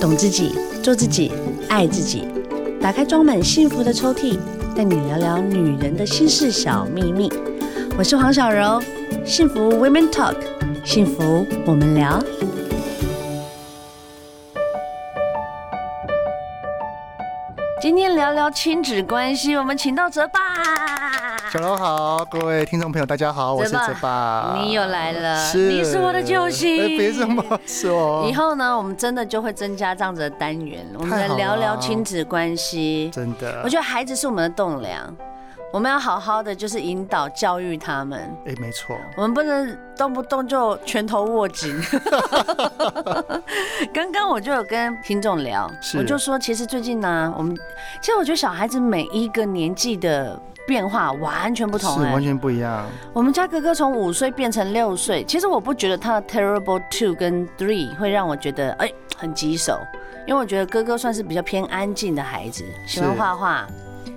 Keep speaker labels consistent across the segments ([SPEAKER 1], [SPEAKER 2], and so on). [SPEAKER 1] 懂自己，做自己，爱自己。打开装满幸福的抽屉，带你聊聊女人的心事小秘密。我是黄小柔，幸福 Women Talk，幸福我们聊。今天聊聊亲子关系，我们请到泽爸。
[SPEAKER 2] 小楼好，各位听众朋友，大家好，我是
[SPEAKER 1] 泽爸
[SPEAKER 2] 泽爸，
[SPEAKER 1] 你又来了
[SPEAKER 2] 是，
[SPEAKER 1] 你是我的救星
[SPEAKER 2] 哎别这么说，
[SPEAKER 1] 以后呢，我们真的就会增加这样子的单元，我们来
[SPEAKER 2] 太好了
[SPEAKER 1] 聊聊亲子关系。
[SPEAKER 2] 真的，
[SPEAKER 1] 我觉得孩子是我们的栋梁，我们要好好的就是引导教育他们。
[SPEAKER 2] 哎、没错，
[SPEAKER 1] 我们不能动不动就拳头握紧。 刚刚我就有跟听众聊，
[SPEAKER 2] 是
[SPEAKER 1] 我就说，其实最近呢、我们其实我觉得小孩子每一个年纪的变化完全不同
[SPEAKER 2] 是
[SPEAKER 1] 哎、
[SPEAKER 2] 完全不一样，
[SPEAKER 1] 我们家哥哥从五岁变成六岁，其实我不觉得他的 terrible two 跟 three 会让我觉得哎、很棘手，因为我觉得哥哥算是比较偏安静的孩子，喜欢画画，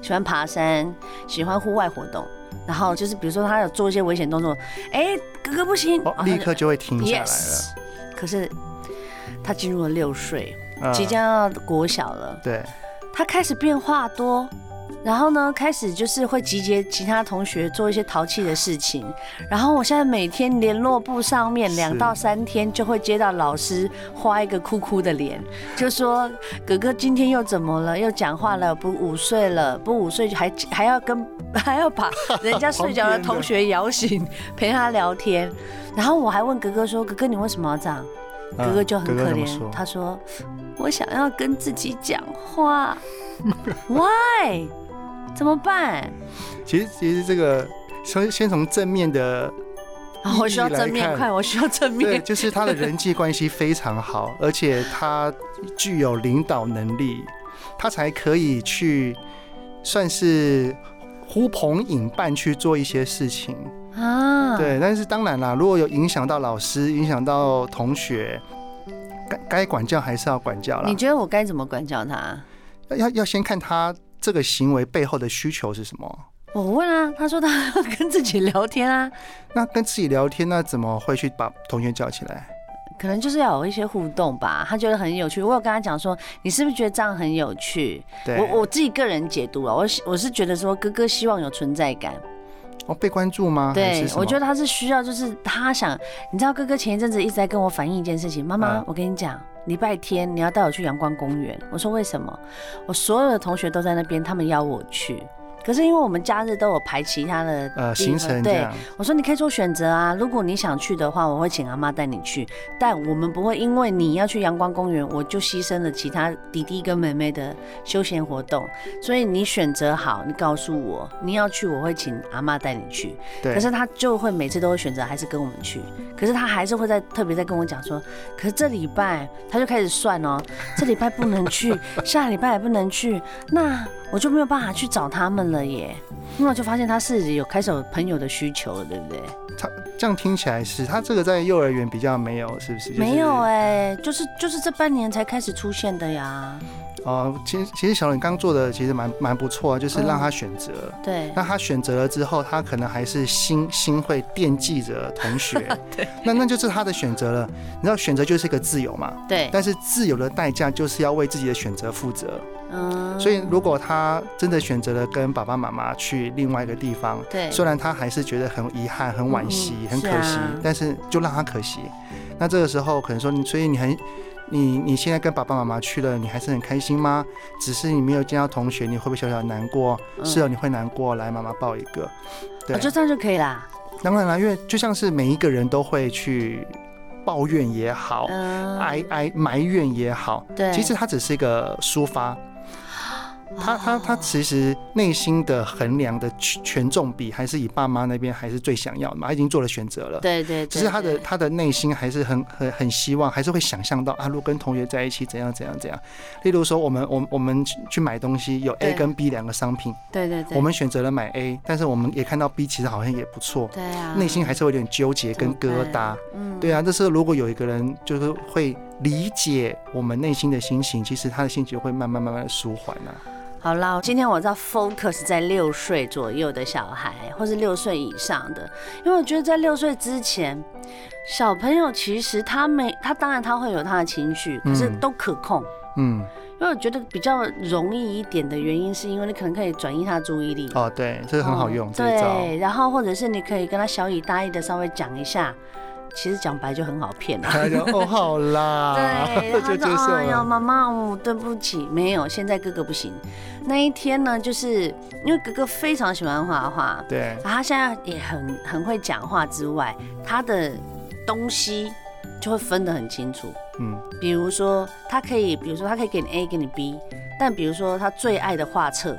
[SPEAKER 1] 喜欢爬山，喜欢户外活动，然后就是比如说他有做一些危险动作，哎、哥哥不行，
[SPEAKER 2] 哦，
[SPEAKER 1] 啊
[SPEAKER 2] 立刻就会停
[SPEAKER 1] 他就
[SPEAKER 2] 下来了
[SPEAKER 1] yes，可是他进入了六岁，
[SPEAKER 2] 嗯
[SPEAKER 1] 即将要国小了，
[SPEAKER 2] 对，
[SPEAKER 1] 他开始变话多，然后呢，开始就是会集结其他同学做一些淘气的事情。然后我现在每天联络簿上面
[SPEAKER 2] 是
[SPEAKER 1] 两到三天就会接到老师画一个哭哭的脸，就说哥哥今天又怎么了？又讲话了？不午睡了？不午睡还还要跟 还要把人家睡觉的同学摇醒，陪他聊天。然后我还问哥哥说：“哥哥，你为什么要这样？”
[SPEAKER 2] 嗯
[SPEAKER 1] 哥哥就很
[SPEAKER 2] 哥
[SPEAKER 1] 可
[SPEAKER 2] 哥怎么
[SPEAKER 1] 怜，
[SPEAKER 2] 说
[SPEAKER 1] 他说：“我想要跟自己讲 话，Why？怎么办
[SPEAKER 2] 其实其实这个先先从正 面的，？”
[SPEAKER 1] 啊，我需要正面
[SPEAKER 2] 看
[SPEAKER 1] 快，我需要正
[SPEAKER 2] 对，
[SPEAKER 1] 面。
[SPEAKER 2] 就是他的人际关系非常好，而且他具有领导能力，他才可以去算是呼朋引伴去做一些事情。
[SPEAKER 1] 啊，
[SPEAKER 2] 对，但是当然啦，如果有影响到老师，影响到同学，该该管教还是要管教啦
[SPEAKER 1] 你。觉得我该怎么管教他？
[SPEAKER 2] 要要要先看他这个行为背后的需求是什么。
[SPEAKER 1] 我问啊，他说他要跟自己聊天啊，
[SPEAKER 2] 那跟自己聊天，那怎么会去把同学叫起来？
[SPEAKER 1] 可能就是要有一些互动吧。他觉得很有趣，我有跟他讲说，你是不是觉得这样很有趣？
[SPEAKER 2] 对，
[SPEAKER 1] 我我自己个人解读啊，我我是觉得说哥哥希望有存在感，
[SPEAKER 2] 哦被关注吗？还
[SPEAKER 1] 对
[SPEAKER 2] 是，什么
[SPEAKER 1] 我觉得他是需要，就是他想，你知道哥哥前一阵子一直在跟我反映一件事情，妈妈，
[SPEAKER 2] 嗯
[SPEAKER 1] 我跟你讲，礼拜天你要带我去阳光公园。我说为什么？我所有的同学都在那边，他们邀我去。可是因为我们假日都有排其他的地方
[SPEAKER 2] 呃行程这
[SPEAKER 1] 对
[SPEAKER 2] 样，
[SPEAKER 1] 我说你可以做选择啊。如果你想去的话，我会请阿妈带你去，但我们不会因为你要去阳光公园，我就牺牲了其他弟弟跟妹妹的休闲活动。所以你选择好，你告诉我你要去，我会请阿妈带你去。
[SPEAKER 2] 对，
[SPEAKER 1] 可是他就会每次都会选择还是跟我们去，可是他还是会在特别在跟我讲说，可是这礼拜他就开始算 哦，这礼拜不能去，下礼拜也不能去，那我就没有办法去找他们了耶。那我就发现他是有开始有朋友的需求了，对不对？
[SPEAKER 2] 这样听起来是他这个在幼儿园比较没有，是不是？就是
[SPEAKER 1] 没有哎、就是就是这半年才开始出现的呀。
[SPEAKER 2] 哦，其实其实小冷刚做的其实蛮蛮不错，啊就是
[SPEAKER 1] 嗯
[SPEAKER 2] 让他选择。
[SPEAKER 1] 对，
[SPEAKER 2] 那他选择了之后，他可能还是心心会惦记着同学， 对，那那就是他的选择了。你知道，选择就是一个自由嘛，
[SPEAKER 1] 对，
[SPEAKER 2] 但是自由的代价就是要为自己的选择负责。
[SPEAKER 1] 嗯
[SPEAKER 2] 所以，如果他真的选择了跟爸爸妈妈去另外一个地方，
[SPEAKER 1] 对
[SPEAKER 2] 虽然他还是觉得很遗憾、很惋惜、
[SPEAKER 1] 嗯
[SPEAKER 2] 很可惜，
[SPEAKER 1] 是啊
[SPEAKER 2] 但是就让他可惜。那这个时候可能说你，所以你很，你你现在跟爸爸妈妈去了，你还是很开心吗？只是你没有见到同学，你会不会小小难过？
[SPEAKER 1] 嗯
[SPEAKER 2] 是哦，你会难过，来妈妈抱一个。对，
[SPEAKER 1] 我就这样就可以啦。
[SPEAKER 2] 当然了，因为就像是每一个人都会去抱怨也好，
[SPEAKER 1] 嗯
[SPEAKER 2] 哀哀埋怨也好，
[SPEAKER 1] 对，
[SPEAKER 2] 哦哎
[SPEAKER 1] 哦
[SPEAKER 2] 其实它只是一个抒发。他他他其实内心的衡量的权权重比还是以爸妈那边还是最想要的嘛，他已经做了选择了。
[SPEAKER 1] 对对对，
[SPEAKER 2] 只是他的
[SPEAKER 1] 对
[SPEAKER 2] 他的内心还是很很很希望，还是会想象到啊，如果跟同学在一起怎样怎样怎样。例如说，我们我们我们去去买东西，有 A
[SPEAKER 1] 对
[SPEAKER 2] 跟 B 两个商品，
[SPEAKER 1] 对对对，
[SPEAKER 2] 我们选择了买 A，但是我们也看到 B 其实好像也不错，
[SPEAKER 1] 对啊，
[SPEAKER 2] 内心还是会有点纠结跟
[SPEAKER 1] 怎么
[SPEAKER 2] 疙瘩
[SPEAKER 1] 办。嗯
[SPEAKER 2] 对啊，这时候如果有一个人就是会理解我们内心的心情，其实他的心情会慢慢慢慢的舒缓啊。
[SPEAKER 1] 好啦，今天我要 focus 在六岁左右的小孩，或是六岁以上的，因为我觉得在六岁之前，小朋友其实他没他当然他会有他的情绪，可是
[SPEAKER 2] 嗯
[SPEAKER 1] 都可控。
[SPEAKER 2] 嗯，
[SPEAKER 1] 因为我觉得比较容易一点的原因，是因为你可能可以转移他的注意力。
[SPEAKER 2] 哦，对，这个很好用，
[SPEAKER 1] 哦
[SPEAKER 2] 这一招。
[SPEAKER 1] 对，然后或者是你可以跟他小以大意的稍微讲一下，其实讲白就很好骗 了、
[SPEAKER 2] 他就 哦，好啦，
[SPEAKER 1] 对，然后
[SPEAKER 2] 啊
[SPEAKER 1] 他
[SPEAKER 2] 就接
[SPEAKER 1] 说：“
[SPEAKER 2] 受
[SPEAKER 1] 哎呦，
[SPEAKER 2] 了。
[SPEAKER 1] 妈妈，我对不起，没有，现在哥哥不行。”那一天呢，就是因为哥哥非常喜欢画画，
[SPEAKER 2] 对，
[SPEAKER 1] 他现在也很很会讲话之外，他的东西就会分得很清楚。
[SPEAKER 2] 嗯，
[SPEAKER 1] 比如说，他可以，比如说他可以给你 A，给你 B，但比如说他最爱的画册，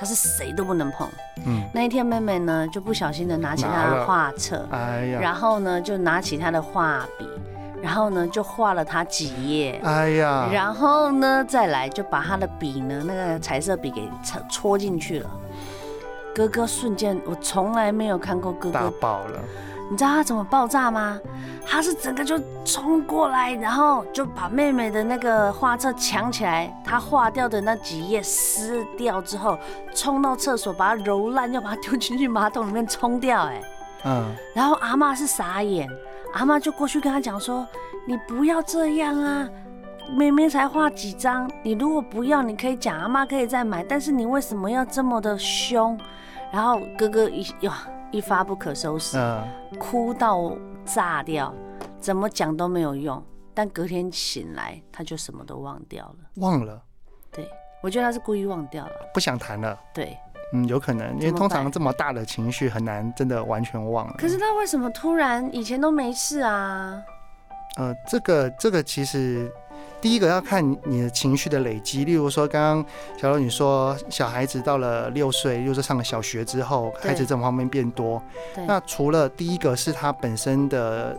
[SPEAKER 1] 他是谁都不能碰。
[SPEAKER 2] 嗯，
[SPEAKER 1] 那一天，妹妹呢就不小心的拿起
[SPEAKER 2] 拿
[SPEAKER 1] 他的
[SPEAKER 2] 了
[SPEAKER 1] 画册，
[SPEAKER 2] 哎呀，
[SPEAKER 1] 然后呢就拿起他的画笔，然后呢就画了他几页。
[SPEAKER 2] 哎呀，
[SPEAKER 1] 然后呢，再来就把他的笔呢，那个彩色笔给戳戳进去了。哥哥瞬间，我从来没有看过哥
[SPEAKER 2] 大
[SPEAKER 1] 哥
[SPEAKER 2] 爆了，
[SPEAKER 1] 你知道他怎么爆炸吗？他是整个就冲过来，然后就把妹妹的那个画册抢起来，他画掉的那几页撕掉之后，冲到厕所把它揉烂，要把它丢进去马桶里面冲掉、哎，
[SPEAKER 2] 嗯，
[SPEAKER 1] 然后阿嬷是傻眼，阿嬷就过去跟他讲说：“你不要这样啊。”妹妹才画几张，你如果不要，你可以讲阿妈可以再买，但是你为什么要这么的凶？然后哥哥一呀一发不可收拾，
[SPEAKER 2] 嗯，
[SPEAKER 1] 哭到炸掉，怎么讲都没有用。但隔天醒来，他就什么都忘掉了。
[SPEAKER 2] 忘了，
[SPEAKER 1] 对，我觉得他是故意忘掉了。
[SPEAKER 2] 不想谈了。
[SPEAKER 1] 对，
[SPEAKER 2] 嗯，有可能，因
[SPEAKER 1] 怎
[SPEAKER 2] 为
[SPEAKER 1] 么
[SPEAKER 2] 通
[SPEAKER 1] 办
[SPEAKER 2] 常这么大的情绪很难真的完全忘了。
[SPEAKER 1] 可是他为什么突然以前都没事啊？
[SPEAKER 2] 呃，这个这个其实第一个要看你你的情绪的累积，例如说刚刚小柔你说小孩子到了六岁，又是上了小学之后，
[SPEAKER 1] 对
[SPEAKER 2] 开始这方面变多
[SPEAKER 1] 对。
[SPEAKER 2] 那除了第一个是他本身的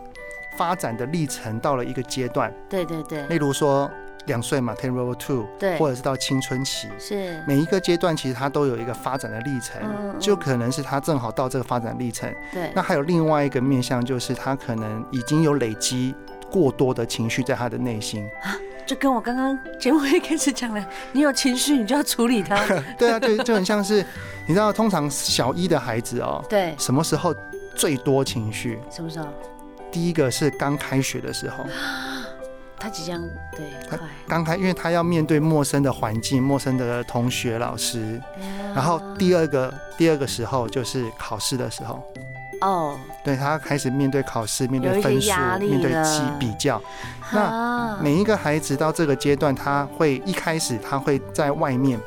[SPEAKER 2] 发展的历程到了一个阶段，
[SPEAKER 1] 对对对
[SPEAKER 2] 例如说两岁嘛，terrible two，
[SPEAKER 1] 对，
[SPEAKER 2] 或者是到青春期。
[SPEAKER 1] 是
[SPEAKER 2] 每一个阶段其实它都有一个发展的历程，
[SPEAKER 1] 嗯嗯
[SPEAKER 2] 就可能是他正好到这个发展历程，
[SPEAKER 1] 对
[SPEAKER 2] 那还有另外一个面向，就是他可能已经有累积过多的情绪在他的内心。
[SPEAKER 1] 就跟我刚刚节目一开始讲的， 你有情绪你就要处理 它。
[SPEAKER 2] 对啊，对，就很像是，你知道，通常小一的孩子哦，
[SPEAKER 1] 对，
[SPEAKER 2] 什么时候最多情绪？
[SPEAKER 1] 什么时候？
[SPEAKER 2] 第一个是刚开学的时候，
[SPEAKER 1] 他即将对快，
[SPEAKER 2] 刚开，因为他要面对陌生的环境、陌生的同学、老师。
[SPEAKER 1] 嗯
[SPEAKER 2] 然后第二个，第二个时候就是考试的时候，
[SPEAKER 1] 哦，
[SPEAKER 2] 对他开始面对考试、面
[SPEAKER 1] 有一些
[SPEAKER 2] 对分数
[SPEAKER 1] 压、力
[SPEAKER 2] 面对
[SPEAKER 1] 了
[SPEAKER 2] 比比较。那
[SPEAKER 1] 那
[SPEAKER 2] 每一个孩子到这个阶段，他会一开始他会在外面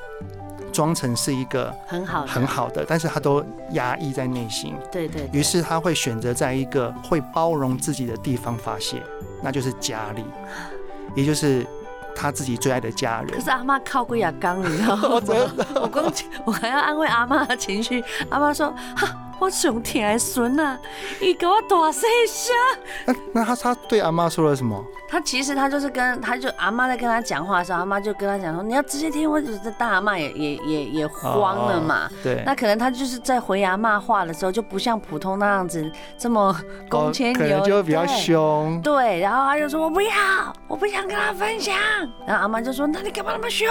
[SPEAKER 2] 装成是一个
[SPEAKER 1] 很好的，
[SPEAKER 2] 很好的，但是他都压抑在内心，
[SPEAKER 1] 对对，对
[SPEAKER 2] 于是他会选择在一个会包容自己的地方发泄，那就是家里，也就是他自己最爱的家
[SPEAKER 1] 可
[SPEAKER 2] 人。
[SPEAKER 1] 是阿妈靠龟亚刚，你知道吗？ 我光我还要安慰阿妈的情绪，阿妈说：“哈，我上疼的孙啊，伊给我大声声。
[SPEAKER 2] 那那他他对阿妈说了什么？”
[SPEAKER 1] 他其实他就是跟他就阿妈在跟他讲话的时候，阿妈就跟他讲说：“你要直接听，我这大阿妈也也也也慌了嘛。
[SPEAKER 2] 对，哦
[SPEAKER 1] 那可能他就是在回阿妈话的时候，就不像普通那样子这么
[SPEAKER 2] 哦
[SPEAKER 1] 恭谦
[SPEAKER 2] 可
[SPEAKER 1] 有
[SPEAKER 2] 能就会比较
[SPEAKER 1] 对
[SPEAKER 2] 凶。
[SPEAKER 1] 对，然后他就说：“我不要，我不想跟他分享。”然后阿妈就说：“那你干嘛那么凶？”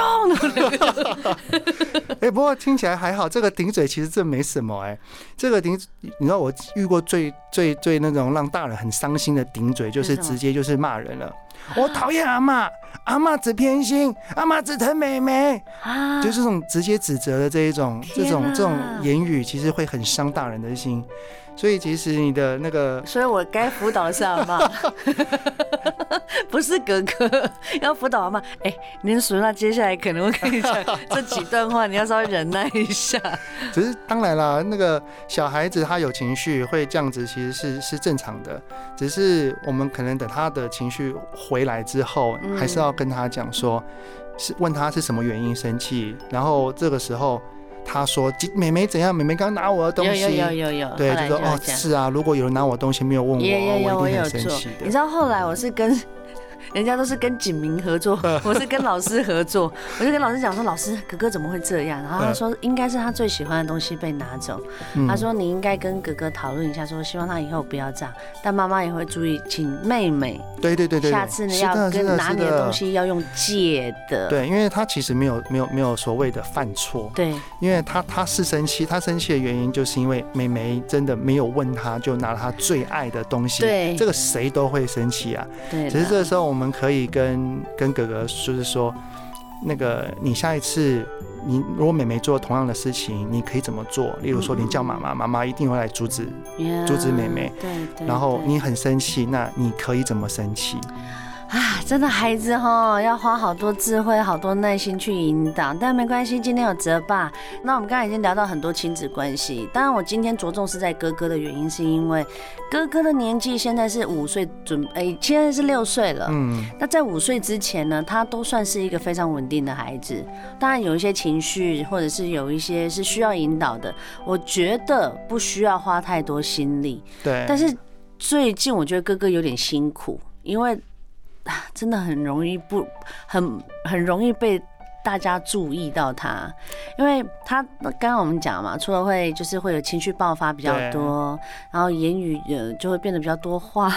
[SPEAKER 2] 哎、不过听起来还好，这个顶嘴其实这没什么哎、这个顶，你知道我遇过最最最那种让大人很伤心的顶嘴，就是
[SPEAKER 1] 是什么
[SPEAKER 2] 直接就是骂人了。我讨厌阿妈，阿妈只偏心，阿妈只疼妹妹，
[SPEAKER 1] 啊，
[SPEAKER 2] 就这种直接指责的这一种、这种
[SPEAKER 1] 天啊
[SPEAKER 2] 这种言语，其实会很伤大人的心。所以其实你的那个
[SPEAKER 1] 所以我该辅导的是阿妈，不是哥哥，要辅导阿妈。哎、您叔，那接下来可能会跟你讲这几段话，你要稍微忍耐一下。
[SPEAKER 2] 只是当然啦，那个小孩子他有情绪会这样子，其实是是正常的。只是我们可能等他的情绪回来之后，
[SPEAKER 1] 嗯
[SPEAKER 2] 还是要跟他讲说，是问他是什么原因生气，然后这个时候他说姐妹妹怎样，妹妹刚拿我的东
[SPEAKER 1] 有
[SPEAKER 2] 西，
[SPEAKER 1] 有有有有，
[SPEAKER 2] 对，
[SPEAKER 1] 后
[SPEAKER 2] 就
[SPEAKER 1] 来
[SPEAKER 2] 说
[SPEAKER 1] 要
[SPEAKER 2] 哦
[SPEAKER 1] 这样
[SPEAKER 2] 是啊，如果有人拿我东西没有问我，
[SPEAKER 1] 有有有，
[SPEAKER 2] 我
[SPEAKER 1] 我
[SPEAKER 2] 一定
[SPEAKER 1] 有
[SPEAKER 2] 很生
[SPEAKER 1] 做
[SPEAKER 2] 气。
[SPEAKER 1] 你知
[SPEAKER 2] 的。
[SPEAKER 1] 道后来我是跟 人家都是跟景明合作，我是跟老师合作，我就跟老师讲说，老师哥哥怎么会这样？然后
[SPEAKER 2] 嗯
[SPEAKER 1] 他说应该是他最喜欢的东西被拿走，他说你应该跟哥哥讨论一下，说希望他以后不要这样，但妈妈也会注意，请妹妹
[SPEAKER 2] 对对对对，
[SPEAKER 1] 下次呢
[SPEAKER 2] 是
[SPEAKER 1] 要
[SPEAKER 2] 的是
[SPEAKER 1] 跟
[SPEAKER 2] 的
[SPEAKER 1] 拿
[SPEAKER 2] 是
[SPEAKER 1] 你的
[SPEAKER 2] 的
[SPEAKER 1] 东西要用借的，
[SPEAKER 2] 对，因为他其实没有没有没有所谓的犯错，
[SPEAKER 1] 对
[SPEAKER 2] 因为他他是生气，他生气的原因就是因为美眉真的没有问他，就拿他最爱的东西，
[SPEAKER 1] 对
[SPEAKER 2] 这个谁都会生气啊。
[SPEAKER 1] 对，
[SPEAKER 2] 只是这个时候我们可以跟跟哥哥就是说，那个你下一次你如果美眉做同样的事情，你可以怎么做？例如说
[SPEAKER 1] 嗯
[SPEAKER 2] 你叫妈妈，妈妈一定会来阻止，
[SPEAKER 1] Yeah，
[SPEAKER 2] 阻止妹妹
[SPEAKER 1] 对对，
[SPEAKER 2] 然后
[SPEAKER 1] 对
[SPEAKER 2] 你很生气，那你可以怎么生气？
[SPEAKER 1] 啊，真的孩子哈，要花好多智慧、好多耐心去引导，但没关系，今天有泽爸。那我们刚才已经聊到很多亲子关系，当然我今天着重是在哥哥的原因，是因为哥哥的年纪现在是五岁，准哎、现在是六岁了。
[SPEAKER 2] 嗯，
[SPEAKER 1] 那在五岁之前呢，他都算是一个非常稳定的孩子。当然有一些情绪，或者是有一些是需要引导的，我觉得不需要花太多心力。
[SPEAKER 2] 对。
[SPEAKER 1] 但是最近我觉得哥哥有点辛苦，因为 啊真的很容易不很很容易被大家注意到他，因为他刚刚我们讲嘛，除了会就是会有情绪爆发比较
[SPEAKER 2] 对
[SPEAKER 1] 多，然后言语呃就会变得比较多话，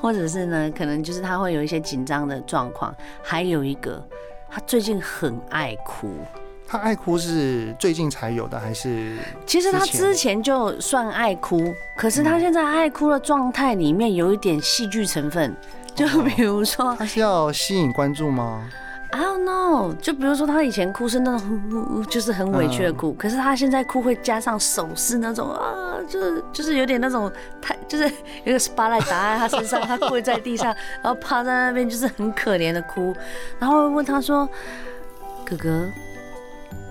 [SPEAKER 1] 或者是呢可能就是他会有一些紧张的状况，还有一个他最近很爱哭。
[SPEAKER 2] 他爱哭是最近才有的，还是
[SPEAKER 1] 其实他
[SPEAKER 2] 之前
[SPEAKER 1] 之前就算爱哭，可是他现在爱哭的状态里面有一点戏剧成分，就
[SPEAKER 2] 哦
[SPEAKER 1] 比如说
[SPEAKER 2] 他是要吸引关注吗？
[SPEAKER 1] I don't know，就比如说他以前哭是那种呜呜呜，就是很委屈的哭，可是他现在哭会加上手势那种啊，就是就是有点那种太就是有一个 spotlight 打在他身上，他跪在地上， 然后趴在那边就是很可怜的哭，然后问他说：“哥哥，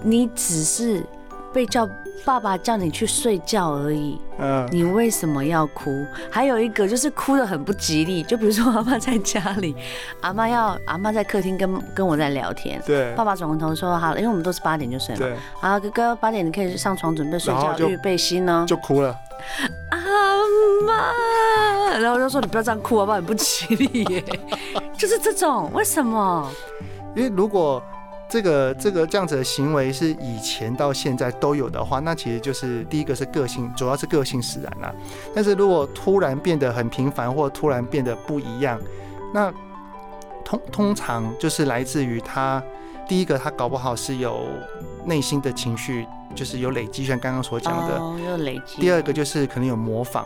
[SPEAKER 1] 你只是被叫爸爸叫你去睡觉而已，
[SPEAKER 2] 嗯，
[SPEAKER 1] 你为什么要哭？还有一个就是哭得很不吉利，就比如说阿妈在家里， 阿妈要阿妈在客厅跟跟我在聊天，
[SPEAKER 2] 对
[SPEAKER 1] 爸爸转过头说好了，因为我们都是八点就睡嘛，
[SPEAKER 2] 对，
[SPEAKER 1] 啊哥哥八点你可以上床准备睡
[SPEAKER 2] 然
[SPEAKER 1] 觉
[SPEAKER 2] 后，就
[SPEAKER 1] 预备心哦。
[SPEAKER 2] 就哭了。
[SPEAKER 1] 阿妈，然后我就说你不要这样哭，啊好不好？很不吉利耶， 就是这种，为什么？
[SPEAKER 2] 因为如果这个这个这样子的行为是以前到现在都有的话，那其实就是第一个是个性，主要是个性使然啦、但是如果突然变得很频繁，或突然变得不一样，那通通常就是来自于他第一个，他搞不好是有内心的情绪，就是有累积，像刚刚所讲的。
[SPEAKER 1] 哦，又累积。
[SPEAKER 2] 第二个就是可能有模仿，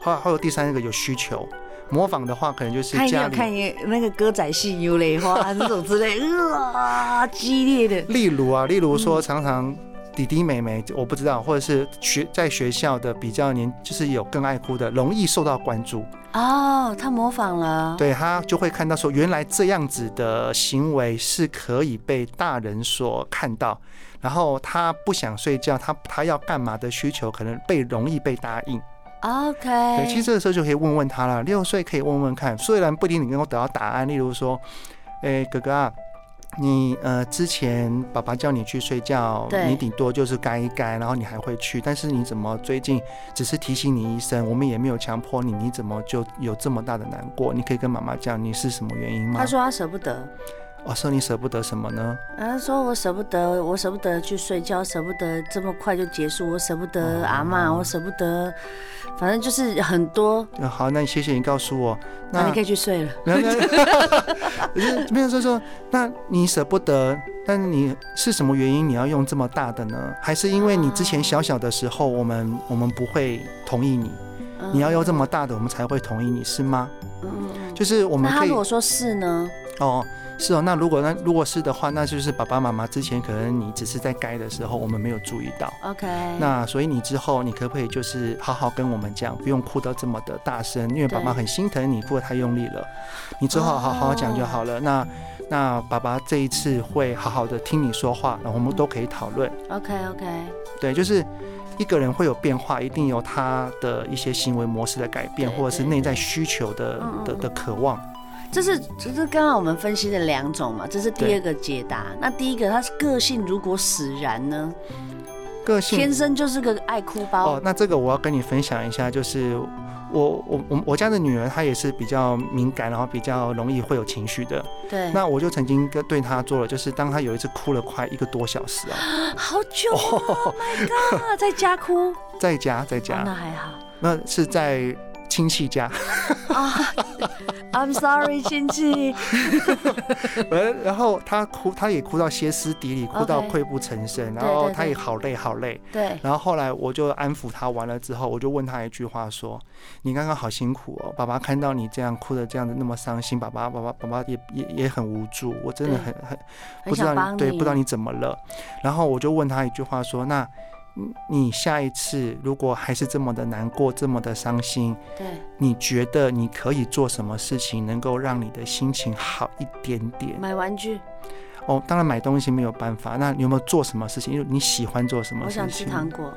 [SPEAKER 2] 还还有第三个有需求。模仿的话，可能就是
[SPEAKER 1] 他一定
[SPEAKER 2] 家
[SPEAKER 1] 有
[SPEAKER 2] 里，
[SPEAKER 1] 看一那个歌仔戏《幽雷花》那种之类，啊，激烈的。
[SPEAKER 2] 例如啊，例如说常常弟弟妹妹，我不知道，或者是学在学校的比较年，就是有更爱哭的，容易受到关注，
[SPEAKER 1] 哦，他模仿了。
[SPEAKER 2] 对他就会看到说，原来这样子的行为是可以被大人所看到，然后他不想睡觉，他他要干嘛的需求，可能被容易被答应。
[SPEAKER 1] OK。
[SPEAKER 2] 对，其实这个时候就可以问问他了。六岁可以问问看，虽然不一定你能够得到答案。例如说，哎、哥哥啊，你呃之前爸爸叫你去睡觉，
[SPEAKER 1] 对
[SPEAKER 2] 你顶多就是该一该，然后你还会去。但是你怎么最近只是提醒你一声，我们也没有强迫你，你怎么就有这么大的难过？你可以跟妈妈讲你是什么原因吗
[SPEAKER 1] 他？说他舍不得，
[SPEAKER 2] 哦，说你舍不得什么呢？
[SPEAKER 1] 他说我舍不得，我舍不得去睡觉，舍不得这么快就结束，我舍不得阿
[SPEAKER 2] 哦
[SPEAKER 1] 嬷，我舍不得，反正就是很多。
[SPEAKER 2] 呃好，那谢谢你告诉我。
[SPEAKER 1] 那
[SPEAKER 2] 那
[SPEAKER 1] 哦你可以去睡了。
[SPEAKER 2] 没有没有， 可是没有说说，那你舍不得，但是你是什么原因你要用这么大的呢？还是因为你之前小小的时候，我们我们不会同意你，你要用这么大的，我们才会同意你，是吗？
[SPEAKER 1] 嗯。
[SPEAKER 2] 就是我
[SPEAKER 1] 那
[SPEAKER 2] 们
[SPEAKER 1] 他
[SPEAKER 2] 可以
[SPEAKER 1] 如果说是呢？
[SPEAKER 2] 哦，是哦，那如果那如果是的话，那就是爸爸妈妈之前可能你只是在该的时候，我们没有注意到。
[SPEAKER 1] OK，
[SPEAKER 2] 那所以你之后你可不可以就是好好跟我们讲，不用哭到这么的大声，因为
[SPEAKER 1] 对
[SPEAKER 2] 爸妈很心疼你，哭得太用力了。你之后好好讲就好了。
[SPEAKER 1] 嗯
[SPEAKER 2] 那那爸爸这一次会好好的听你说话，然后我们都可以讨论。
[SPEAKER 1] OK OK，
[SPEAKER 2] 对，就是一个人会有变化，一定有他的一些行为模式的改变，
[SPEAKER 1] 对
[SPEAKER 2] 或者是
[SPEAKER 1] 对
[SPEAKER 2] 内在需求的
[SPEAKER 1] 嗯嗯
[SPEAKER 2] 的
[SPEAKER 1] 嗯
[SPEAKER 2] 的渴望。
[SPEAKER 1] 这是这是刚刚我们分析的两种嘛，这是第
[SPEAKER 2] 对
[SPEAKER 1] 二个解答。那第一个，他是个性如果使然呢，
[SPEAKER 2] 个性哦
[SPEAKER 1] 天生就是个爱哭包
[SPEAKER 2] 哦，。那这个我要跟你分享一下，就是我我我我家的女儿她也是比较敏感，然后比较容易会有情绪的。
[SPEAKER 1] 对，
[SPEAKER 2] 那我就曾经跟对她做了，就是当她有一次哭了快一个多小时 啊，
[SPEAKER 1] 好久哦，My God，在家哭，哦
[SPEAKER 2] 在家在家，
[SPEAKER 1] 那还好
[SPEAKER 2] 那是在亲戚家，
[SPEAKER 1] 啊。I'm sorry，亲戚，
[SPEAKER 2] 呃，然后她哭，她也哭到歇斯底里，哭到
[SPEAKER 1] OK
[SPEAKER 2] 溃不成声，然
[SPEAKER 1] 对
[SPEAKER 2] 后
[SPEAKER 1] 对
[SPEAKER 2] 她
[SPEAKER 1] 对
[SPEAKER 2] 也好累好累。
[SPEAKER 1] 对，
[SPEAKER 2] 然后后来我就安抚她完了之后，我就问她一句话说：“你刚刚好辛苦哦，爸爸看到你这样哭的这样子那么伤心，爸爸爸爸爸爸也也也很无助，我真的
[SPEAKER 1] 对
[SPEAKER 2] 很很
[SPEAKER 1] 很
[SPEAKER 2] 不知道
[SPEAKER 1] 想帮
[SPEAKER 2] 你
[SPEAKER 1] 你，
[SPEAKER 2] 对不知道你怎么了。”然后我就问她一句话说：“那你你下一次如果还是这么的难过，这么的伤心，
[SPEAKER 1] 对，
[SPEAKER 2] 你觉得你可以做什么事情能够让你的心情好一点点？”
[SPEAKER 1] 买玩具，
[SPEAKER 2] 哦，当然买东西没有办法，那你有没有做什么事情？因为你喜欢做什么
[SPEAKER 1] 我
[SPEAKER 2] 事情？
[SPEAKER 1] 想吃糖果，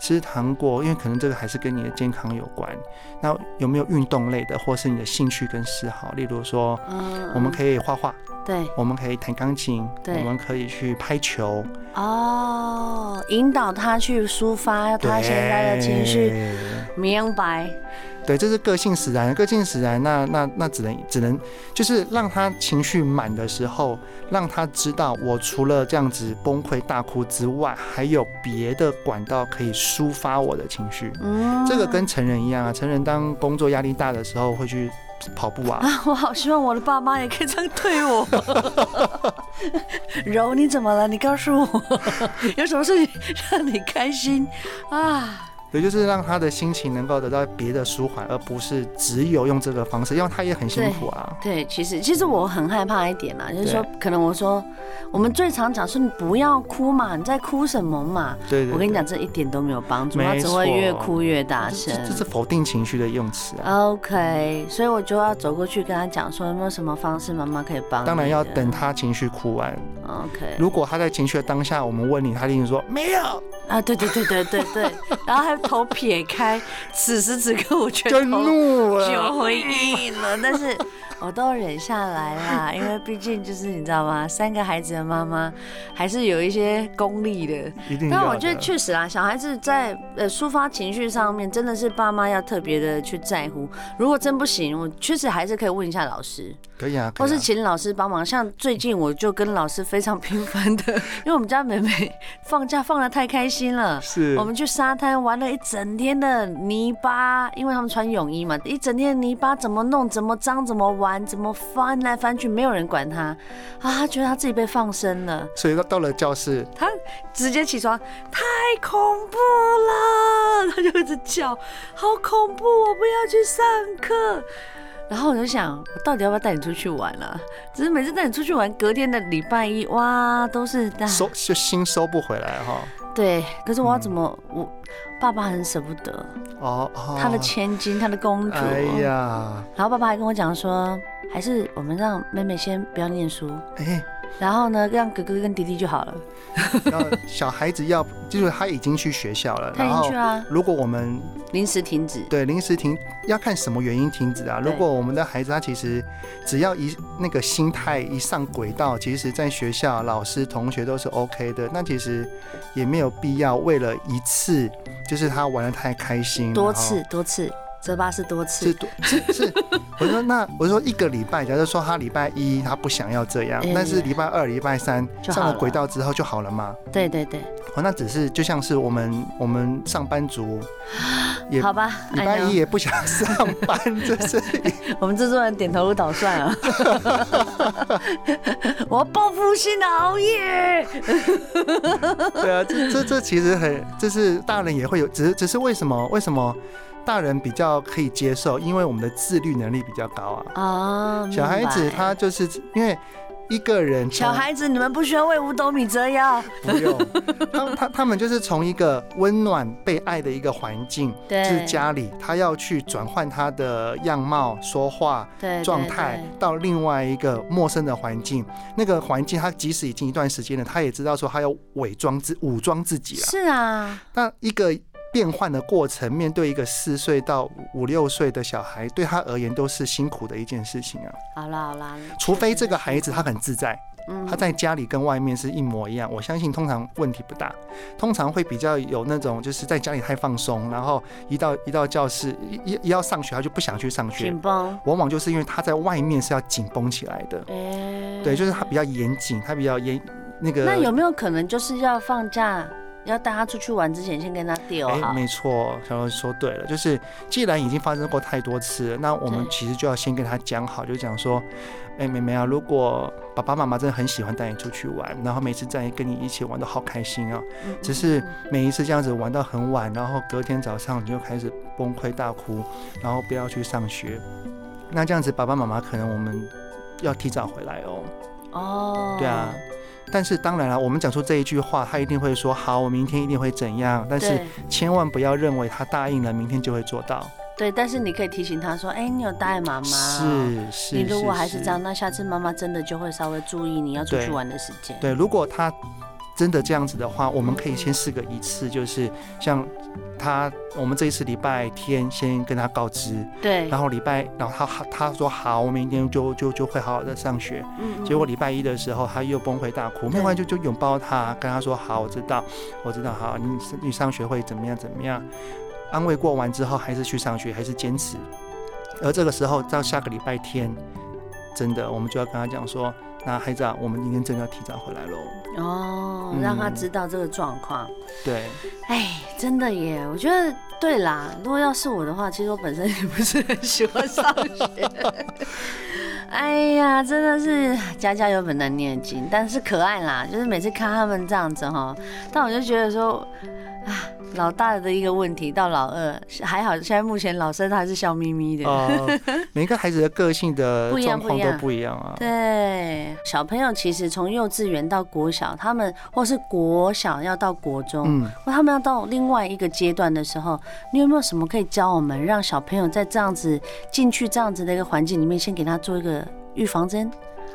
[SPEAKER 2] 吃糖果，因为可能这个还是跟你的健康有关。那有没有运动类的，或是你的兴趣跟嗜好？例如说，
[SPEAKER 1] 嗯，
[SPEAKER 2] 我们可以画画，
[SPEAKER 1] 对
[SPEAKER 2] 我们可以弹钢琴，我
[SPEAKER 1] 对
[SPEAKER 2] 们可以去拍球，
[SPEAKER 1] 哦，引导他去抒发他现在的情绪，
[SPEAKER 2] 对。
[SPEAKER 1] 明白，
[SPEAKER 2] 对，这是个性使然，个性使然。那那那只能只能就是让他情绪满的时候，让他知道我除了这样子崩溃大哭之外，还有别的管道可以抒发我的情绪。
[SPEAKER 1] 嗯，
[SPEAKER 2] 这个跟成人一样啊，成人当工作压力大的时候会去跑 步啊，
[SPEAKER 1] 啊，我好希望我的爸妈也可以这样对我。 柔，你怎么了？你告诉我，有什么事情让你开心啊？
[SPEAKER 2] 也就是让他的心情能够得到别的舒缓，而不是只有用这个方式，因为他也很辛苦啊。
[SPEAKER 1] 对，其实其实我很害怕一点啦，就是说
[SPEAKER 2] 对，
[SPEAKER 1] 可能我说，我们最常讲说你不要哭嘛，你在哭什么嘛？
[SPEAKER 2] 对对对，
[SPEAKER 1] 我跟你讲，啊这一点都没有帮助，
[SPEAKER 2] 没
[SPEAKER 1] 他只会
[SPEAKER 2] 错
[SPEAKER 1] 越哭越大声
[SPEAKER 2] 这，。这是否定情绪的用词啊。
[SPEAKER 1] OK，所以我就要走过去跟他讲说，有没有什么方式妈妈可以帮你的？
[SPEAKER 2] 当然要等他情绪哭完。
[SPEAKER 1] OK。
[SPEAKER 2] 如果他在情绪的当下，我们问你，他一定说没 有，
[SPEAKER 1] 啊，对对对对对 对，然后还头撇开，此时此刻我全
[SPEAKER 2] 就
[SPEAKER 1] 头
[SPEAKER 2] 怒了。
[SPEAKER 1] 就回应了，但是我都忍下来啦，因为毕竟就是你知道吗，三个孩子的妈妈还是有一些功力的。
[SPEAKER 2] 一定要
[SPEAKER 1] 但
[SPEAKER 2] 的。
[SPEAKER 1] 我觉得确实啦，小孩子在呃抒发情绪上面，真的是爸妈要特别的去在乎。如果真不行，我确实还是可以问一下老师。
[SPEAKER 2] 可以啊，可
[SPEAKER 1] 或
[SPEAKER 2] 以
[SPEAKER 1] 是
[SPEAKER 2] 啊。
[SPEAKER 1] 请老师帮忙。像最近我就跟老师非常频繁的，因为我们家妹 妹放假放的太开心了。
[SPEAKER 2] 是
[SPEAKER 1] 我们去沙滩玩了一整天的泥巴，因为他们穿泳衣嘛，一整天的泥巴怎么弄、怎么脏、怎么玩、怎么翻来翻去，没有人管他啊，他觉得他自己被放生了，
[SPEAKER 2] 所以到到了教室，
[SPEAKER 1] 他直接起床，太恐怖了，他就一直叫，好恐怖，我不要去上课。然后我就想，我到底要不要带你出去玩啊？只是每次带你出去玩，隔天的礼拜一，哇，都是大
[SPEAKER 2] 收就心收不回来哈。
[SPEAKER 1] 对。可是我要怎么？我爸爸很舍不得
[SPEAKER 2] 哦哦。
[SPEAKER 1] 他的千金，他的公主。
[SPEAKER 2] 哎呀，
[SPEAKER 1] 然后爸爸还跟我讲说，还是我们让妹妹先不要念书，
[SPEAKER 2] 哎，
[SPEAKER 1] 然后呢，让哥哥跟弟弟就好了。
[SPEAKER 2] 然后小孩子要 就是他已经去学校了，
[SPEAKER 1] 他
[SPEAKER 2] 然
[SPEAKER 1] 已经
[SPEAKER 2] 后
[SPEAKER 1] 去啦，
[SPEAKER 2] 如果我们
[SPEAKER 1] 临时停止。
[SPEAKER 2] 对临时停，要看什么原因停止啊？
[SPEAKER 1] 对
[SPEAKER 2] 如果我们的孩子他其实只要一那个心态一上轨道，其实在学校老师同学都是 OK 的，那其实也没有必要为了一次就是他玩的太开心，
[SPEAKER 1] 多
[SPEAKER 2] 然后
[SPEAKER 1] 次多次，泽巴是多
[SPEAKER 2] 是
[SPEAKER 1] 次，
[SPEAKER 2] 多是是，我说那我说一个礼拜，假如说他礼拜一他不想要这样
[SPEAKER 1] 哎，
[SPEAKER 2] 但是礼拜二、礼拜三
[SPEAKER 1] 就
[SPEAKER 2] 上
[SPEAKER 1] 好
[SPEAKER 2] 了
[SPEAKER 1] 了
[SPEAKER 2] 轨道之后就好了嘛。
[SPEAKER 1] 对对对，
[SPEAKER 2] 哦，那只是就像是我们我们上班族，也
[SPEAKER 1] 好吧，
[SPEAKER 2] 礼拜
[SPEAKER 1] I know
[SPEAKER 2] 一也不想 上班，就是
[SPEAKER 1] 我们制作人点头如捣蒜 啊，我要报复性的熬夜，
[SPEAKER 2] 对啊，这这这其实很，就是大人也会有，只是只是为什么为什么大人比较可以接受，因为我们的自律能力比较高啊。
[SPEAKER 1] 啊，
[SPEAKER 2] 小孩子
[SPEAKER 1] 明白
[SPEAKER 2] 他就是因为一个人从，
[SPEAKER 1] 小孩子，你们不需要为五斗米折腰，
[SPEAKER 2] 不用，他他他们就是从一个温暖被爱的一个环境，是
[SPEAKER 1] 对，
[SPEAKER 2] 家里，他要去转换他的样貌、说话，
[SPEAKER 1] 对
[SPEAKER 2] 状态，到另外一个陌生的环境，那个环境他即使已经一段时间了，他也知道说他要伪装自武装自
[SPEAKER 1] 对对
[SPEAKER 2] 己了。
[SPEAKER 1] 是啊，
[SPEAKER 2] 那一个变换的过程，面对一个四岁到五六岁的小孩，对他而言都是辛苦的一件事情啊。
[SPEAKER 1] 好啦好啦，
[SPEAKER 2] 除非这个孩子他很自在，
[SPEAKER 1] 嗯
[SPEAKER 2] 他在家里跟外面是一模一样，我相信通常问题不大。通常会比较有那种就是在家里太放松，然后一到一到教室一一一要上学他就不想去上学
[SPEAKER 1] 紧，绷，
[SPEAKER 2] 往往就是因为他在外面是要紧绷起来的。
[SPEAKER 1] 哎，
[SPEAKER 2] 对，就是他比较严谨，他比较严那个。
[SPEAKER 1] 那有没有可能就是要放假，要带他出去玩之前先跟他丢
[SPEAKER 2] 哎，
[SPEAKER 1] 好？
[SPEAKER 2] 没错，小柔说对了，就是既然已经发生过太多次了，那我们
[SPEAKER 1] 对
[SPEAKER 2] 其实就要先跟他讲好，就讲说，哎、妹妹啊，如果爸爸妈妈真的很喜欢带你出去玩，然后每次在跟你一起玩都好开心啊，
[SPEAKER 1] 嗯
[SPEAKER 2] 只是每一次这样子玩到很晚，然后隔天早上你就开始崩溃大哭，然后不要去上学，那这样子爸爸妈妈可能我们要提早回来哦。
[SPEAKER 1] 哦，
[SPEAKER 2] 对啊，但是当然了，我们讲出这一句话，他一定会说好，我明天一定会怎样。但是
[SPEAKER 1] 对
[SPEAKER 2] 千万不要认为他答应了，明天就会做到。
[SPEAKER 1] 对，但是你可以提醒他说，哎，你有答应妈妈哦。
[SPEAKER 2] 是是，
[SPEAKER 1] 你如果还是这样，那下次妈妈真的就会稍微注意你要出
[SPEAKER 2] 对
[SPEAKER 1] 去玩的时间。
[SPEAKER 2] 对，如果他真的这样子的话，我们可以先试个一次，就是像他，我们这一次礼拜天先跟他告知，
[SPEAKER 1] 对，
[SPEAKER 2] 然后礼拜，然后他他说好，我明天就就就会好好的上学。
[SPEAKER 1] 嗯
[SPEAKER 2] 结果礼拜一的时候，他又崩溃大哭，
[SPEAKER 1] 对
[SPEAKER 2] 没关系，就拥抱他，跟他说：“好，我知道，我知道，好，你你上学会怎么样怎么样。”安慰过完之后，还是去上学，还是坚持。而这个时候，到下个礼拜天，真的，我们就要跟他讲说：“那孩子啊，我们今天真的要提早回来喽。
[SPEAKER 1] 哦，让他
[SPEAKER 2] 嗯
[SPEAKER 1] 知道这个状况。”
[SPEAKER 2] 对，
[SPEAKER 1] 哎，真的耶，我觉得对啦。如果要是我的话，其实我本身也不是很喜欢上学。 哎呀，真的是家家有本难念的经，但是可爱啦。就是每次看他们这样子哈，但我就觉得说，啊，老大的一个问题到老二还好，现在目前老三他还是笑眯眯的。
[SPEAKER 2] 呃，每个孩子的个性的
[SPEAKER 1] 不一样
[SPEAKER 2] 状况
[SPEAKER 1] 不一
[SPEAKER 2] 都
[SPEAKER 1] 样
[SPEAKER 2] 不一样啊。
[SPEAKER 1] 对，小朋友其实从幼稚园到国小，他们或是国小要到国中，
[SPEAKER 2] 嗯，
[SPEAKER 1] 或他们要到另外一个阶段的时候，你有没有什么可以教我们，让小朋友在这样子进去这样子的一个环境里面，先给他做一个预防针，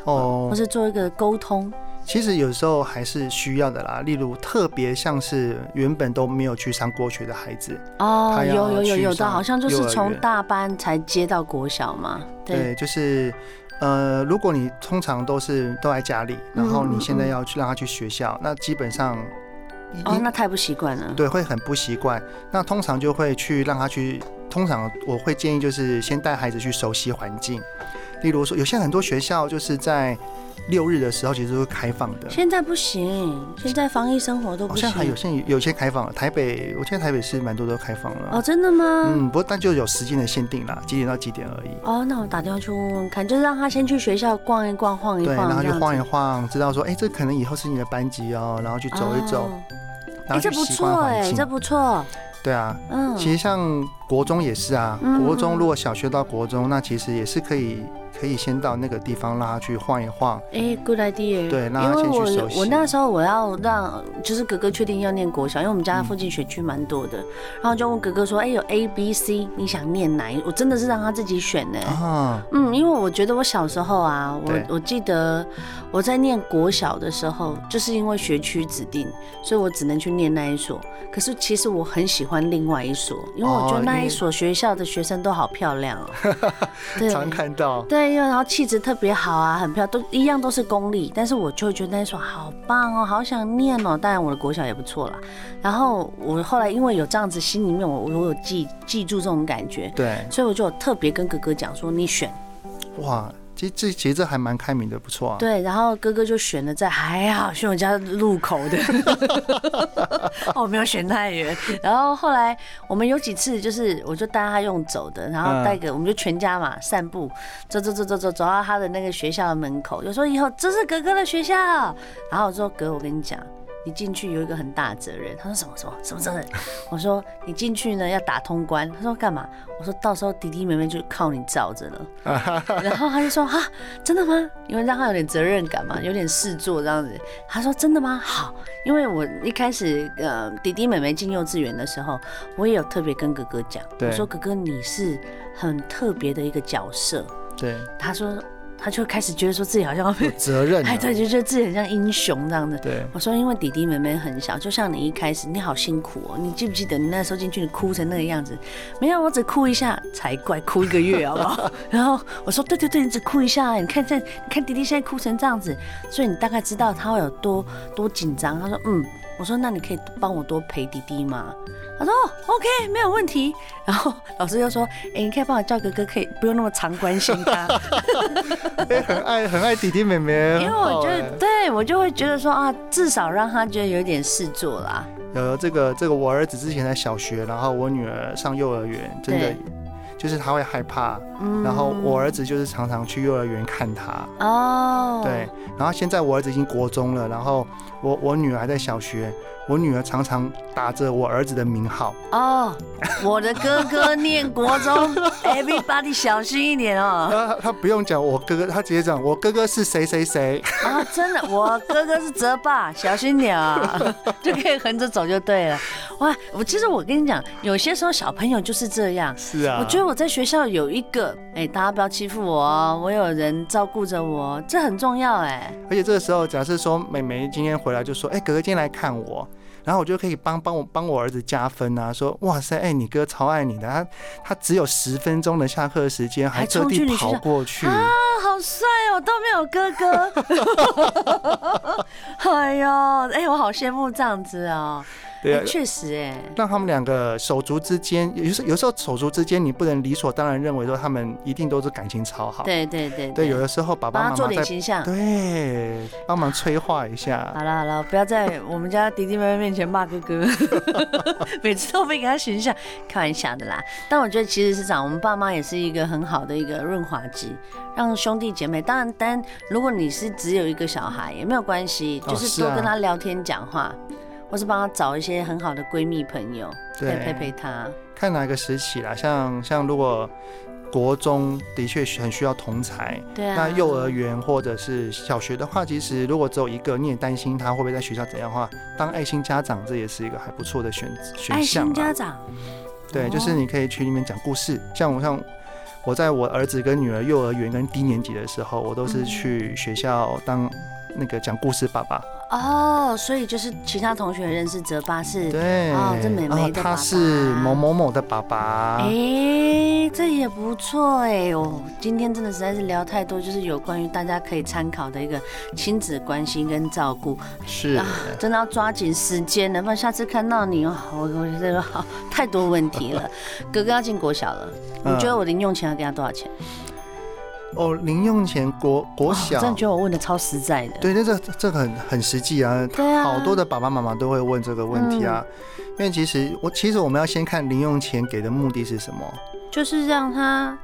[SPEAKER 2] 哦
[SPEAKER 1] 或，是做一个沟通？
[SPEAKER 2] 其实有时候还是需要的啦。例如，特别像是原本都没有去上过学的孩子，
[SPEAKER 1] 哦，
[SPEAKER 2] 他要
[SPEAKER 1] 有有有
[SPEAKER 2] 去
[SPEAKER 1] 有的，
[SPEAKER 2] 上
[SPEAKER 1] 好像就
[SPEAKER 2] 幼
[SPEAKER 1] 是
[SPEAKER 2] 儿
[SPEAKER 1] 从
[SPEAKER 2] 园
[SPEAKER 1] 大班才接到国小嘛。对，
[SPEAKER 2] 对，就是呃，如果你通常都是都在家里，然后
[SPEAKER 1] 嗯嗯
[SPEAKER 2] 你现在
[SPEAKER 1] 嗯
[SPEAKER 2] 要去让他去学校，那基本上一
[SPEAKER 1] 哦，
[SPEAKER 2] 定
[SPEAKER 1] 那太不习惯了。
[SPEAKER 2] 对会很不习惯。那通常就会去让他去，通常我会建议就是先带孩子去熟悉环境，例如说有些很多学校就是在六日的时候其实都是开放的。
[SPEAKER 1] 现在不行，现在防疫生活都
[SPEAKER 2] 好
[SPEAKER 1] 不
[SPEAKER 2] 像
[SPEAKER 1] 行。
[SPEAKER 2] 还有现在有些开放了，台北我记得台北市蛮多都开放了。
[SPEAKER 1] 哦，真的吗？
[SPEAKER 2] 嗯，不过但就有时间的限定啦，几点到几点而已。
[SPEAKER 1] 哦，那我打电话去问问看，就是让他先去学校逛一逛、晃一
[SPEAKER 2] 对，
[SPEAKER 1] 晃，
[SPEAKER 2] 然后
[SPEAKER 1] 这
[SPEAKER 2] 去
[SPEAKER 1] 样
[SPEAKER 2] 晃一
[SPEAKER 1] 子
[SPEAKER 2] 晃，知道说，哎、这可能以后是你的班级哦，然后去走一走，
[SPEAKER 1] 哦
[SPEAKER 2] 然
[SPEAKER 1] 哎，
[SPEAKER 2] 后
[SPEAKER 1] 这
[SPEAKER 2] 去
[SPEAKER 1] 不
[SPEAKER 2] 习惯
[SPEAKER 1] 错
[SPEAKER 2] 环
[SPEAKER 1] 哎，
[SPEAKER 2] 境。
[SPEAKER 1] 这不错。
[SPEAKER 2] 对啊，
[SPEAKER 1] 嗯，
[SPEAKER 2] 其实像国中也是啊，
[SPEAKER 1] 嗯
[SPEAKER 2] 国中如果小学到国中，那其实也是可以可以先到那个地方让他去晃一晃。
[SPEAKER 1] 哎、g o o d idea。
[SPEAKER 2] 对让
[SPEAKER 1] 因
[SPEAKER 2] 他
[SPEAKER 1] 为
[SPEAKER 2] 先去
[SPEAKER 1] 我
[SPEAKER 2] 熟悉
[SPEAKER 1] 我那时候我要让就是哥哥确定要念国小，因为我们家附近学区蛮多的，然后就问哥哥说，哎、有 A B C，你想念哪一？我真的是让他自己选呢、
[SPEAKER 2] 啊，
[SPEAKER 1] 嗯，因为我觉得我小时候啊，
[SPEAKER 2] 对
[SPEAKER 1] 我我记得我在念国小的时候，就是因为学区指定，所以我只能去念那一所。可是其实我很喜欢另外一所，因为我觉
[SPEAKER 2] 哦
[SPEAKER 1] 得那
[SPEAKER 2] 因为
[SPEAKER 1] 一所学校的学生都好漂亮 哦、对，
[SPEAKER 2] 常看到。
[SPEAKER 1] 对，因为然后气质特别好啊，很漂亮，都一样都是公立，但是我就会觉得那一所好棒哦，好想念哦。当然我的国小也不错啦，然后我后来因为有这样子，心里面我我有记记住这种感觉，
[SPEAKER 2] 对，
[SPEAKER 1] 所以我就有特别跟哥哥讲说你选
[SPEAKER 2] 哇，其实这其实这还蛮开明的，不错啊。
[SPEAKER 1] 对，然后哥哥就选了在还好选我家路口的， 我没有选太远。然后后来我们有几次就是我就带他用走的，然后带个、我们就全家嘛散步，走走走走走走到他的那个学校的门口，就说以后这是哥哥的学校。然后我说哥，我跟你讲。你进去有一个很大的责任，他说什么什么什么责任？我说你进去呢要打通关，他说干嘛？我说到时候弟弟妹妹就靠你罩着了。然后他就说啊，真的吗？因为让他有点责任感嘛，有点事做这样子。他说真的吗？好，因为我一开始呃，弟弟妹妹进幼稚园的时候，我也有特别跟哥哥讲，
[SPEAKER 2] 对
[SPEAKER 1] 我说哥哥你是很特别的一个角色。
[SPEAKER 2] 对，
[SPEAKER 1] 他说。他就开始觉得说自己好像
[SPEAKER 2] 有责任啊、
[SPEAKER 1] 哎，对，就觉得自己很像英雄这样的。
[SPEAKER 2] 对
[SPEAKER 1] 我说，因为弟弟妹妹很小，就像你一开始，你好辛苦哦。你记不记得你那时候进去，你哭成那个样子？没有，我只哭一下才怪，哭一个月好不 好？然后我说，对对对，你只哭一下，你看现在，你看弟弟现在哭成这样子，所以你大概知道他会有多多紧张。他说，嗯。我说，那你可以帮我多陪弟弟吗？他说、哦、OK，没有问题。然后老师就说，哎、你可以帮我叫哥哥，可以不用那么常关心他。
[SPEAKER 2] 哎很爱很爱弟弟妹妹，
[SPEAKER 1] 因为
[SPEAKER 2] 很好
[SPEAKER 1] 我就
[SPEAKER 2] 哎
[SPEAKER 1] 对我就会觉得说啊，至少让他觉得有点事做啦。
[SPEAKER 2] 有有这个这个，我儿子之前在小学，然后我女儿上幼儿园，真的
[SPEAKER 1] 对嗯
[SPEAKER 2] 就是他会害怕，然后我儿子就是常常去幼儿园看他，
[SPEAKER 1] 哦，
[SPEAKER 2] 对，，然后现在我儿子已经国中了，然后我我女儿还在小学，我女儿常常打着我儿子的名号，
[SPEAKER 1] 哦，我的哥哥念国中 ，everybody 小心一点哦。
[SPEAKER 2] 他他不用讲我哥哥，他直接讲我哥哥是谁谁谁，
[SPEAKER 1] 啊，真的，我哥哥是泽爸，小心点啊， 就可以横着走就对了。哇，我其实我跟你讲，有些时候小朋友就是这样，
[SPEAKER 2] 是啊，
[SPEAKER 1] 我觉得我在学校有一个，哎、大家不要欺负我哦，我有人照顾着我，这很重要哎、
[SPEAKER 2] 而且这个时候，假设说妹妹今天回来就说：“哎、哥哥今天来看我。”然后我就可以帮帮我帮我儿子加分啊，说：“哇塞，哎、你哥超爱你的，他他只有十分钟的下课时间，还
[SPEAKER 1] 还
[SPEAKER 2] 特
[SPEAKER 1] 冲去
[SPEAKER 2] 地
[SPEAKER 1] 你学
[SPEAKER 2] 跑
[SPEAKER 1] 校
[SPEAKER 2] 过去。
[SPEAKER 1] 啊，好帅哦，都没有哥 哥。哎呦，哎、我好羡慕这样子哦。
[SPEAKER 2] 对啊
[SPEAKER 1] 哎，确、实哎、
[SPEAKER 2] 让他们两个手足之间，有时有时候手足之间，你不能理所当然认为说他们一定都是感情超好。
[SPEAKER 1] 对对对
[SPEAKER 2] 对，有的时候爸
[SPEAKER 1] 帮
[SPEAKER 2] 爸
[SPEAKER 1] 他
[SPEAKER 2] 妈
[SPEAKER 1] 做
[SPEAKER 2] 妈
[SPEAKER 1] 点啊
[SPEAKER 2] 在
[SPEAKER 1] 形象。
[SPEAKER 2] 对帮忙催化一下。
[SPEAKER 1] 好了好了，不要在我们家弟弟妹妹面前骂哥 哥，每次都被给他形象，开玩笑的啦。但我觉得其实是这样，我们爸妈也是一个很好的一个润滑剂，让兄弟姐妹。当然，当然，如果你是只有一个小孩也没有关系，
[SPEAKER 2] 哦
[SPEAKER 1] 就是
[SPEAKER 2] 是啊
[SPEAKER 1] 多跟他聊天讲话，或是帮他找一些很好的闺蜜朋友，可以
[SPEAKER 2] 对
[SPEAKER 1] 陪陪他。
[SPEAKER 2] 看哪个时期啦，像像如果国中的确很需要同才，
[SPEAKER 1] 对啊，
[SPEAKER 2] 那幼儿园或者是小学的话，其实如果只有一个，你也担心他会不会在学校怎样的话，当爱心家长这也是一个还不错的选选
[SPEAKER 1] 爱
[SPEAKER 2] 项
[SPEAKER 1] 心
[SPEAKER 2] 啦
[SPEAKER 1] 家。长，
[SPEAKER 2] 对，就是
[SPEAKER 1] 哦
[SPEAKER 2] 你可以去里面讲故事，像我像我在我儿子跟女儿幼儿园跟低年级的时候，我
[SPEAKER 1] 嗯
[SPEAKER 2] 都是去学校当那个讲故事爸爸。
[SPEAKER 1] 哦，所以就是其他同学认识泽巴是
[SPEAKER 2] 对，
[SPEAKER 1] 哦这妹妹的
[SPEAKER 2] 然后
[SPEAKER 1] 爸
[SPEAKER 2] 他
[SPEAKER 1] 爸
[SPEAKER 2] 是某某某的爸爸。
[SPEAKER 1] 哎、这也不错哎、哦，今天真的实在是聊太多，就是有关于大家可以参考的一个亲子关心跟照顾，
[SPEAKER 2] 是，
[SPEAKER 1] 真的要抓紧时间了，不然下次看到你哦，我我觉得好太多问题 了。哥哥要进国小了，你
[SPEAKER 2] 嗯
[SPEAKER 1] 觉得我零用钱要给他多少钱？
[SPEAKER 2] 哦，零用钱国国
[SPEAKER 1] 我
[SPEAKER 2] 小，
[SPEAKER 1] 哦真的觉得我问的超实在的。
[SPEAKER 2] 对，那这这个很很实际啊，
[SPEAKER 1] 对啊，
[SPEAKER 2] 好多的爸爸妈妈都会问这个问题啊，因为其实我其实我们要先看零用钱给的目的是什么。
[SPEAKER 1] 就是让他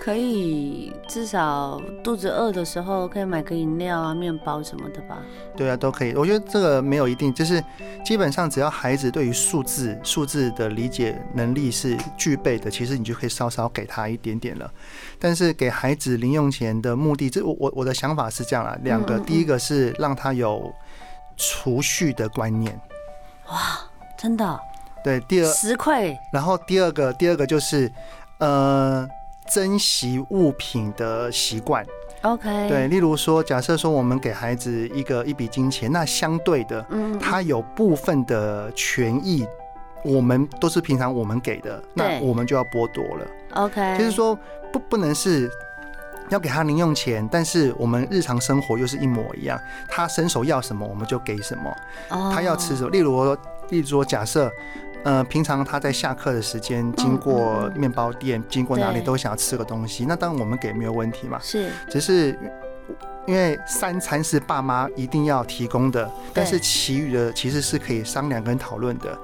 [SPEAKER 1] 可以至少肚子饿的时候可以买个饮料啊、面包什么的吧。
[SPEAKER 2] 对啊，都可以。我觉得这个没有一定，就是基本上只要孩子对于数字、数字的理解能力是具备的，其实你就可以稍稍给他一点点了。但是给孩子零用钱的目的，这我我我的想法是这样啦，啊两个，
[SPEAKER 1] 嗯嗯
[SPEAKER 2] 第一个是让他有储蓄的观念，
[SPEAKER 1] 真的哦，
[SPEAKER 2] 对，第二
[SPEAKER 1] 十块
[SPEAKER 2] 然后第二个，第二个就是，呃，珍惜物品的习惯。
[SPEAKER 1] ，OK，
[SPEAKER 2] 对，，例如说，假设说我们给孩子一个一笔金钱，那相对的，
[SPEAKER 1] 嗯，
[SPEAKER 2] 他有部分的权益，我们都是平常我们给的，那
[SPEAKER 1] 对
[SPEAKER 2] 我们就要剥夺了。
[SPEAKER 1] OK，
[SPEAKER 2] 就是说，不不能是。要给他零用钱，但是我们日常生活又是一模一样，他伸手要什么我们就给什么。
[SPEAKER 1] 哦
[SPEAKER 2] 他要吃什么？例如说，例如说，假设，呃，平常他在下课的时间经过面包店，经过哪里
[SPEAKER 1] 嗯对
[SPEAKER 2] 都想要吃个东西，那当然我们给没有问题嘛。
[SPEAKER 1] 是
[SPEAKER 2] 只是因为三餐是爸妈一定要提供的，但是其余的其实是可以商量跟讨论的。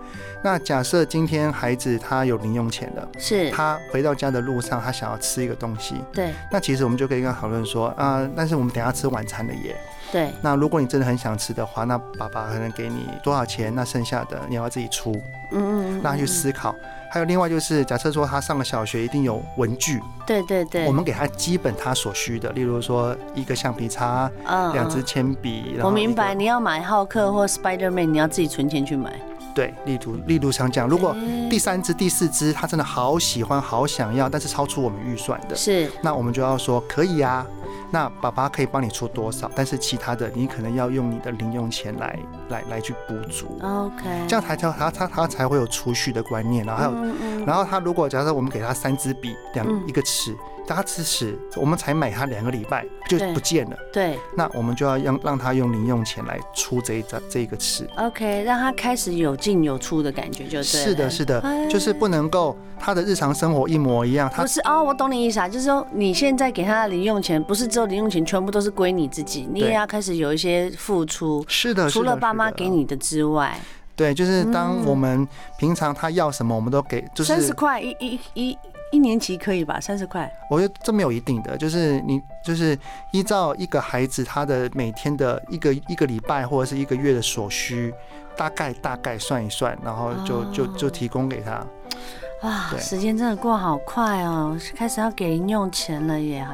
[SPEAKER 2] 那假设今天孩子他有零用钱了，
[SPEAKER 1] 是，
[SPEAKER 2] 他回到家的路上他想要吃一个东西，
[SPEAKER 1] 对
[SPEAKER 2] 那其实我们就可以跟他讨论说，啊、但是我们等一下吃晚餐了耶。
[SPEAKER 1] 对
[SPEAKER 2] 那如果你真的很想吃的话，那爸爸可能给你多少钱？那剩下的你要自己出，
[SPEAKER 1] 嗯嗯嗯，
[SPEAKER 2] 让他去思考。还有另外就是，假设说他上了小学，一定有文具，
[SPEAKER 1] 对对对，
[SPEAKER 2] 我们给他基本他所需的，例如说一个橡皮擦、
[SPEAKER 1] 嗯
[SPEAKER 2] 两支。铅笔。然后
[SPEAKER 1] 我
[SPEAKER 2] 一
[SPEAKER 1] 明
[SPEAKER 2] 个
[SPEAKER 1] 白，。你要买浩克或 Spider Man，你要自己存钱去买。
[SPEAKER 2] 对，例如例如像这样，如果
[SPEAKER 1] 哎
[SPEAKER 2] 第三支、第四支他真的好喜欢、好想要，但是超出我们预算的，
[SPEAKER 1] 是
[SPEAKER 2] 那我们就要说可以啊，那爸爸可以帮你出多少，但是其他的你可能要用你的零用钱来来来去补足，
[SPEAKER 1] ，OK，
[SPEAKER 2] 这样才叫他他他才会有储蓄的观念，然后还有
[SPEAKER 1] 嗯嗯
[SPEAKER 2] 然后他如果假设我们给他三支笔，
[SPEAKER 1] 嗯
[SPEAKER 2] 两一个尺，他支尺，我们才买他两个礼拜就
[SPEAKER 1] 对
[SPEAKER 2] 不见了，
[SPEAKER 1] 对
[SPEAKER 2] 那我们就要让让他用零用钱来出这一张这一个尺。
[SPEAKER 1] ，OK，让他开始有进有出的感觉就对了。
[SPEAKER 2] 是的，是的，
[SPEAKER 1] 哎
[SPEAKER 2] 就是不能够他的日常生活一模一样，他嗯
[SPEAKER 1] 不是哦，我懂你意思啊，就是说你现在给他的零用钱，不是只有零用钱全部都是归你自己，你也
[SPEAKER 2] 对
[SPEAKER 1] 要开始有一些付出，
[SPEAKER 2] 是的，
[SPEAKER 1] 除
[SPEAKER 2] 是的
[SPEAKER 1] 了爸妈
[SPEAKER 2] 是的
[SPEAKER 1] 给你的嗯之外，
[SPEAKER 2] 对，就是当我们平常他要什么，我们都给，就
[SPEAKER 1] 三十
[SPEAKER 2] 是
[SPEAKER 1] 块一一一一一年级可以吧？三十块，
[SPEAKER 2] 我觉得这没有一定的，就是你就是依照一个孩子他的每天的一个一个礼拜或者是一个月的所需，大概大概算一算，然后就就
[SPEAKER 1] 哦
[SPEAKER 2] 就提供给他。
[SPEAKER 1] 哇，
[SPEAKER 2] 对
[SPEAKER 1] 时间真的过好快哦，开始要给零用钱了耶，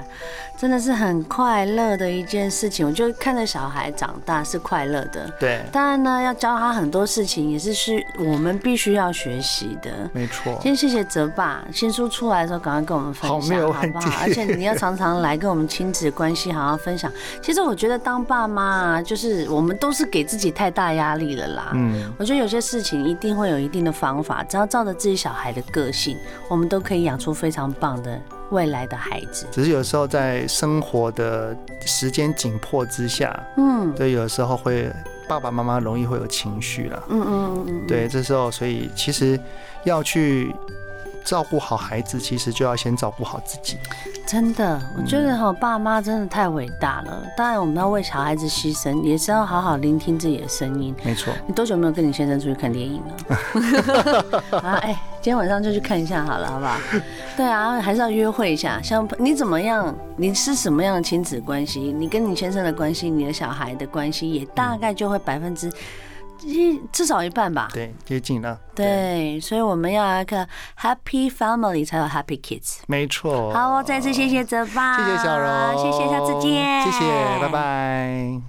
[SPEAKER 1] 真的是很快乐的一件事情。我就看着小孩长大是快乐的，
[SPEAKER 2] 对，
[SPEAKER 1] 当然呢，要教他很多事情也是是我们必须要学习的。
[SPEAKER 2] 没错。
[SPEAKER 1] 先谢谢泽爸，新书出来的时候赶快跟我们分享，
[SPEAKER 2] 好没有问
[SPEAKER 1] 不
[SPEAKER 2] 题
[SPEAKER 1] 好？而且你要常常来跟我们亲子关系好好分 享。其实我觉得当爸妈啊，就是我们都是给自己太大压力了啦。
[SPEAKER 2] 嗯，
[SPEAKER 1] 我觉得有些事情一定会有一定的方法，只要照着自己小孩的个性，我们都可以养出非常棒的未来的孩子。
[SPEAKER 2] 只是有时候在生活的时间紧迫之下，
[SPEAKER 1] 嗯
[SPEAKER 2] 对，有时候会爸爸妈妈容易会有情绪啦。
[SPEAKER 1] 嗯嗯嗯嗯，
[SPEAKER 2] 对，这时候所以其实要去照顾好孩子，其实就要先照顾好自己。
[SPEAKER 1] 真的，我觉得哈，爸妈真的太伟大了。当然，我们要为小孩子牺牲，也是要好好聆听自己的声音。
[SPEAKER 2] 没错，
[SPEAKER 1] 你多久没有跟你先生出去看电影 了？啊，哎、今天晚上就去看一下好了，好不好？对啊，还是要约会一下。像你怎么样？你是什么样的亲子关系？你跟你先生的关系，你的小孩的关系，也大概就会百分之一，至少一半吧。
[SPEAKER 2] 对，接近了。，
[SPEAKER 1] 对，所以我们要有一个 happy family 才有 happy kids。哦
[SPEAKER 2] 没错。
[SPEAKER 1] 好哦，再次谢谢泽爸，
[SPEAKER 2] 谢谢小柔，
[SPEAKER 1] 谢谢，下次见，
[SPEAKER 2] 谢谢，拜。拜。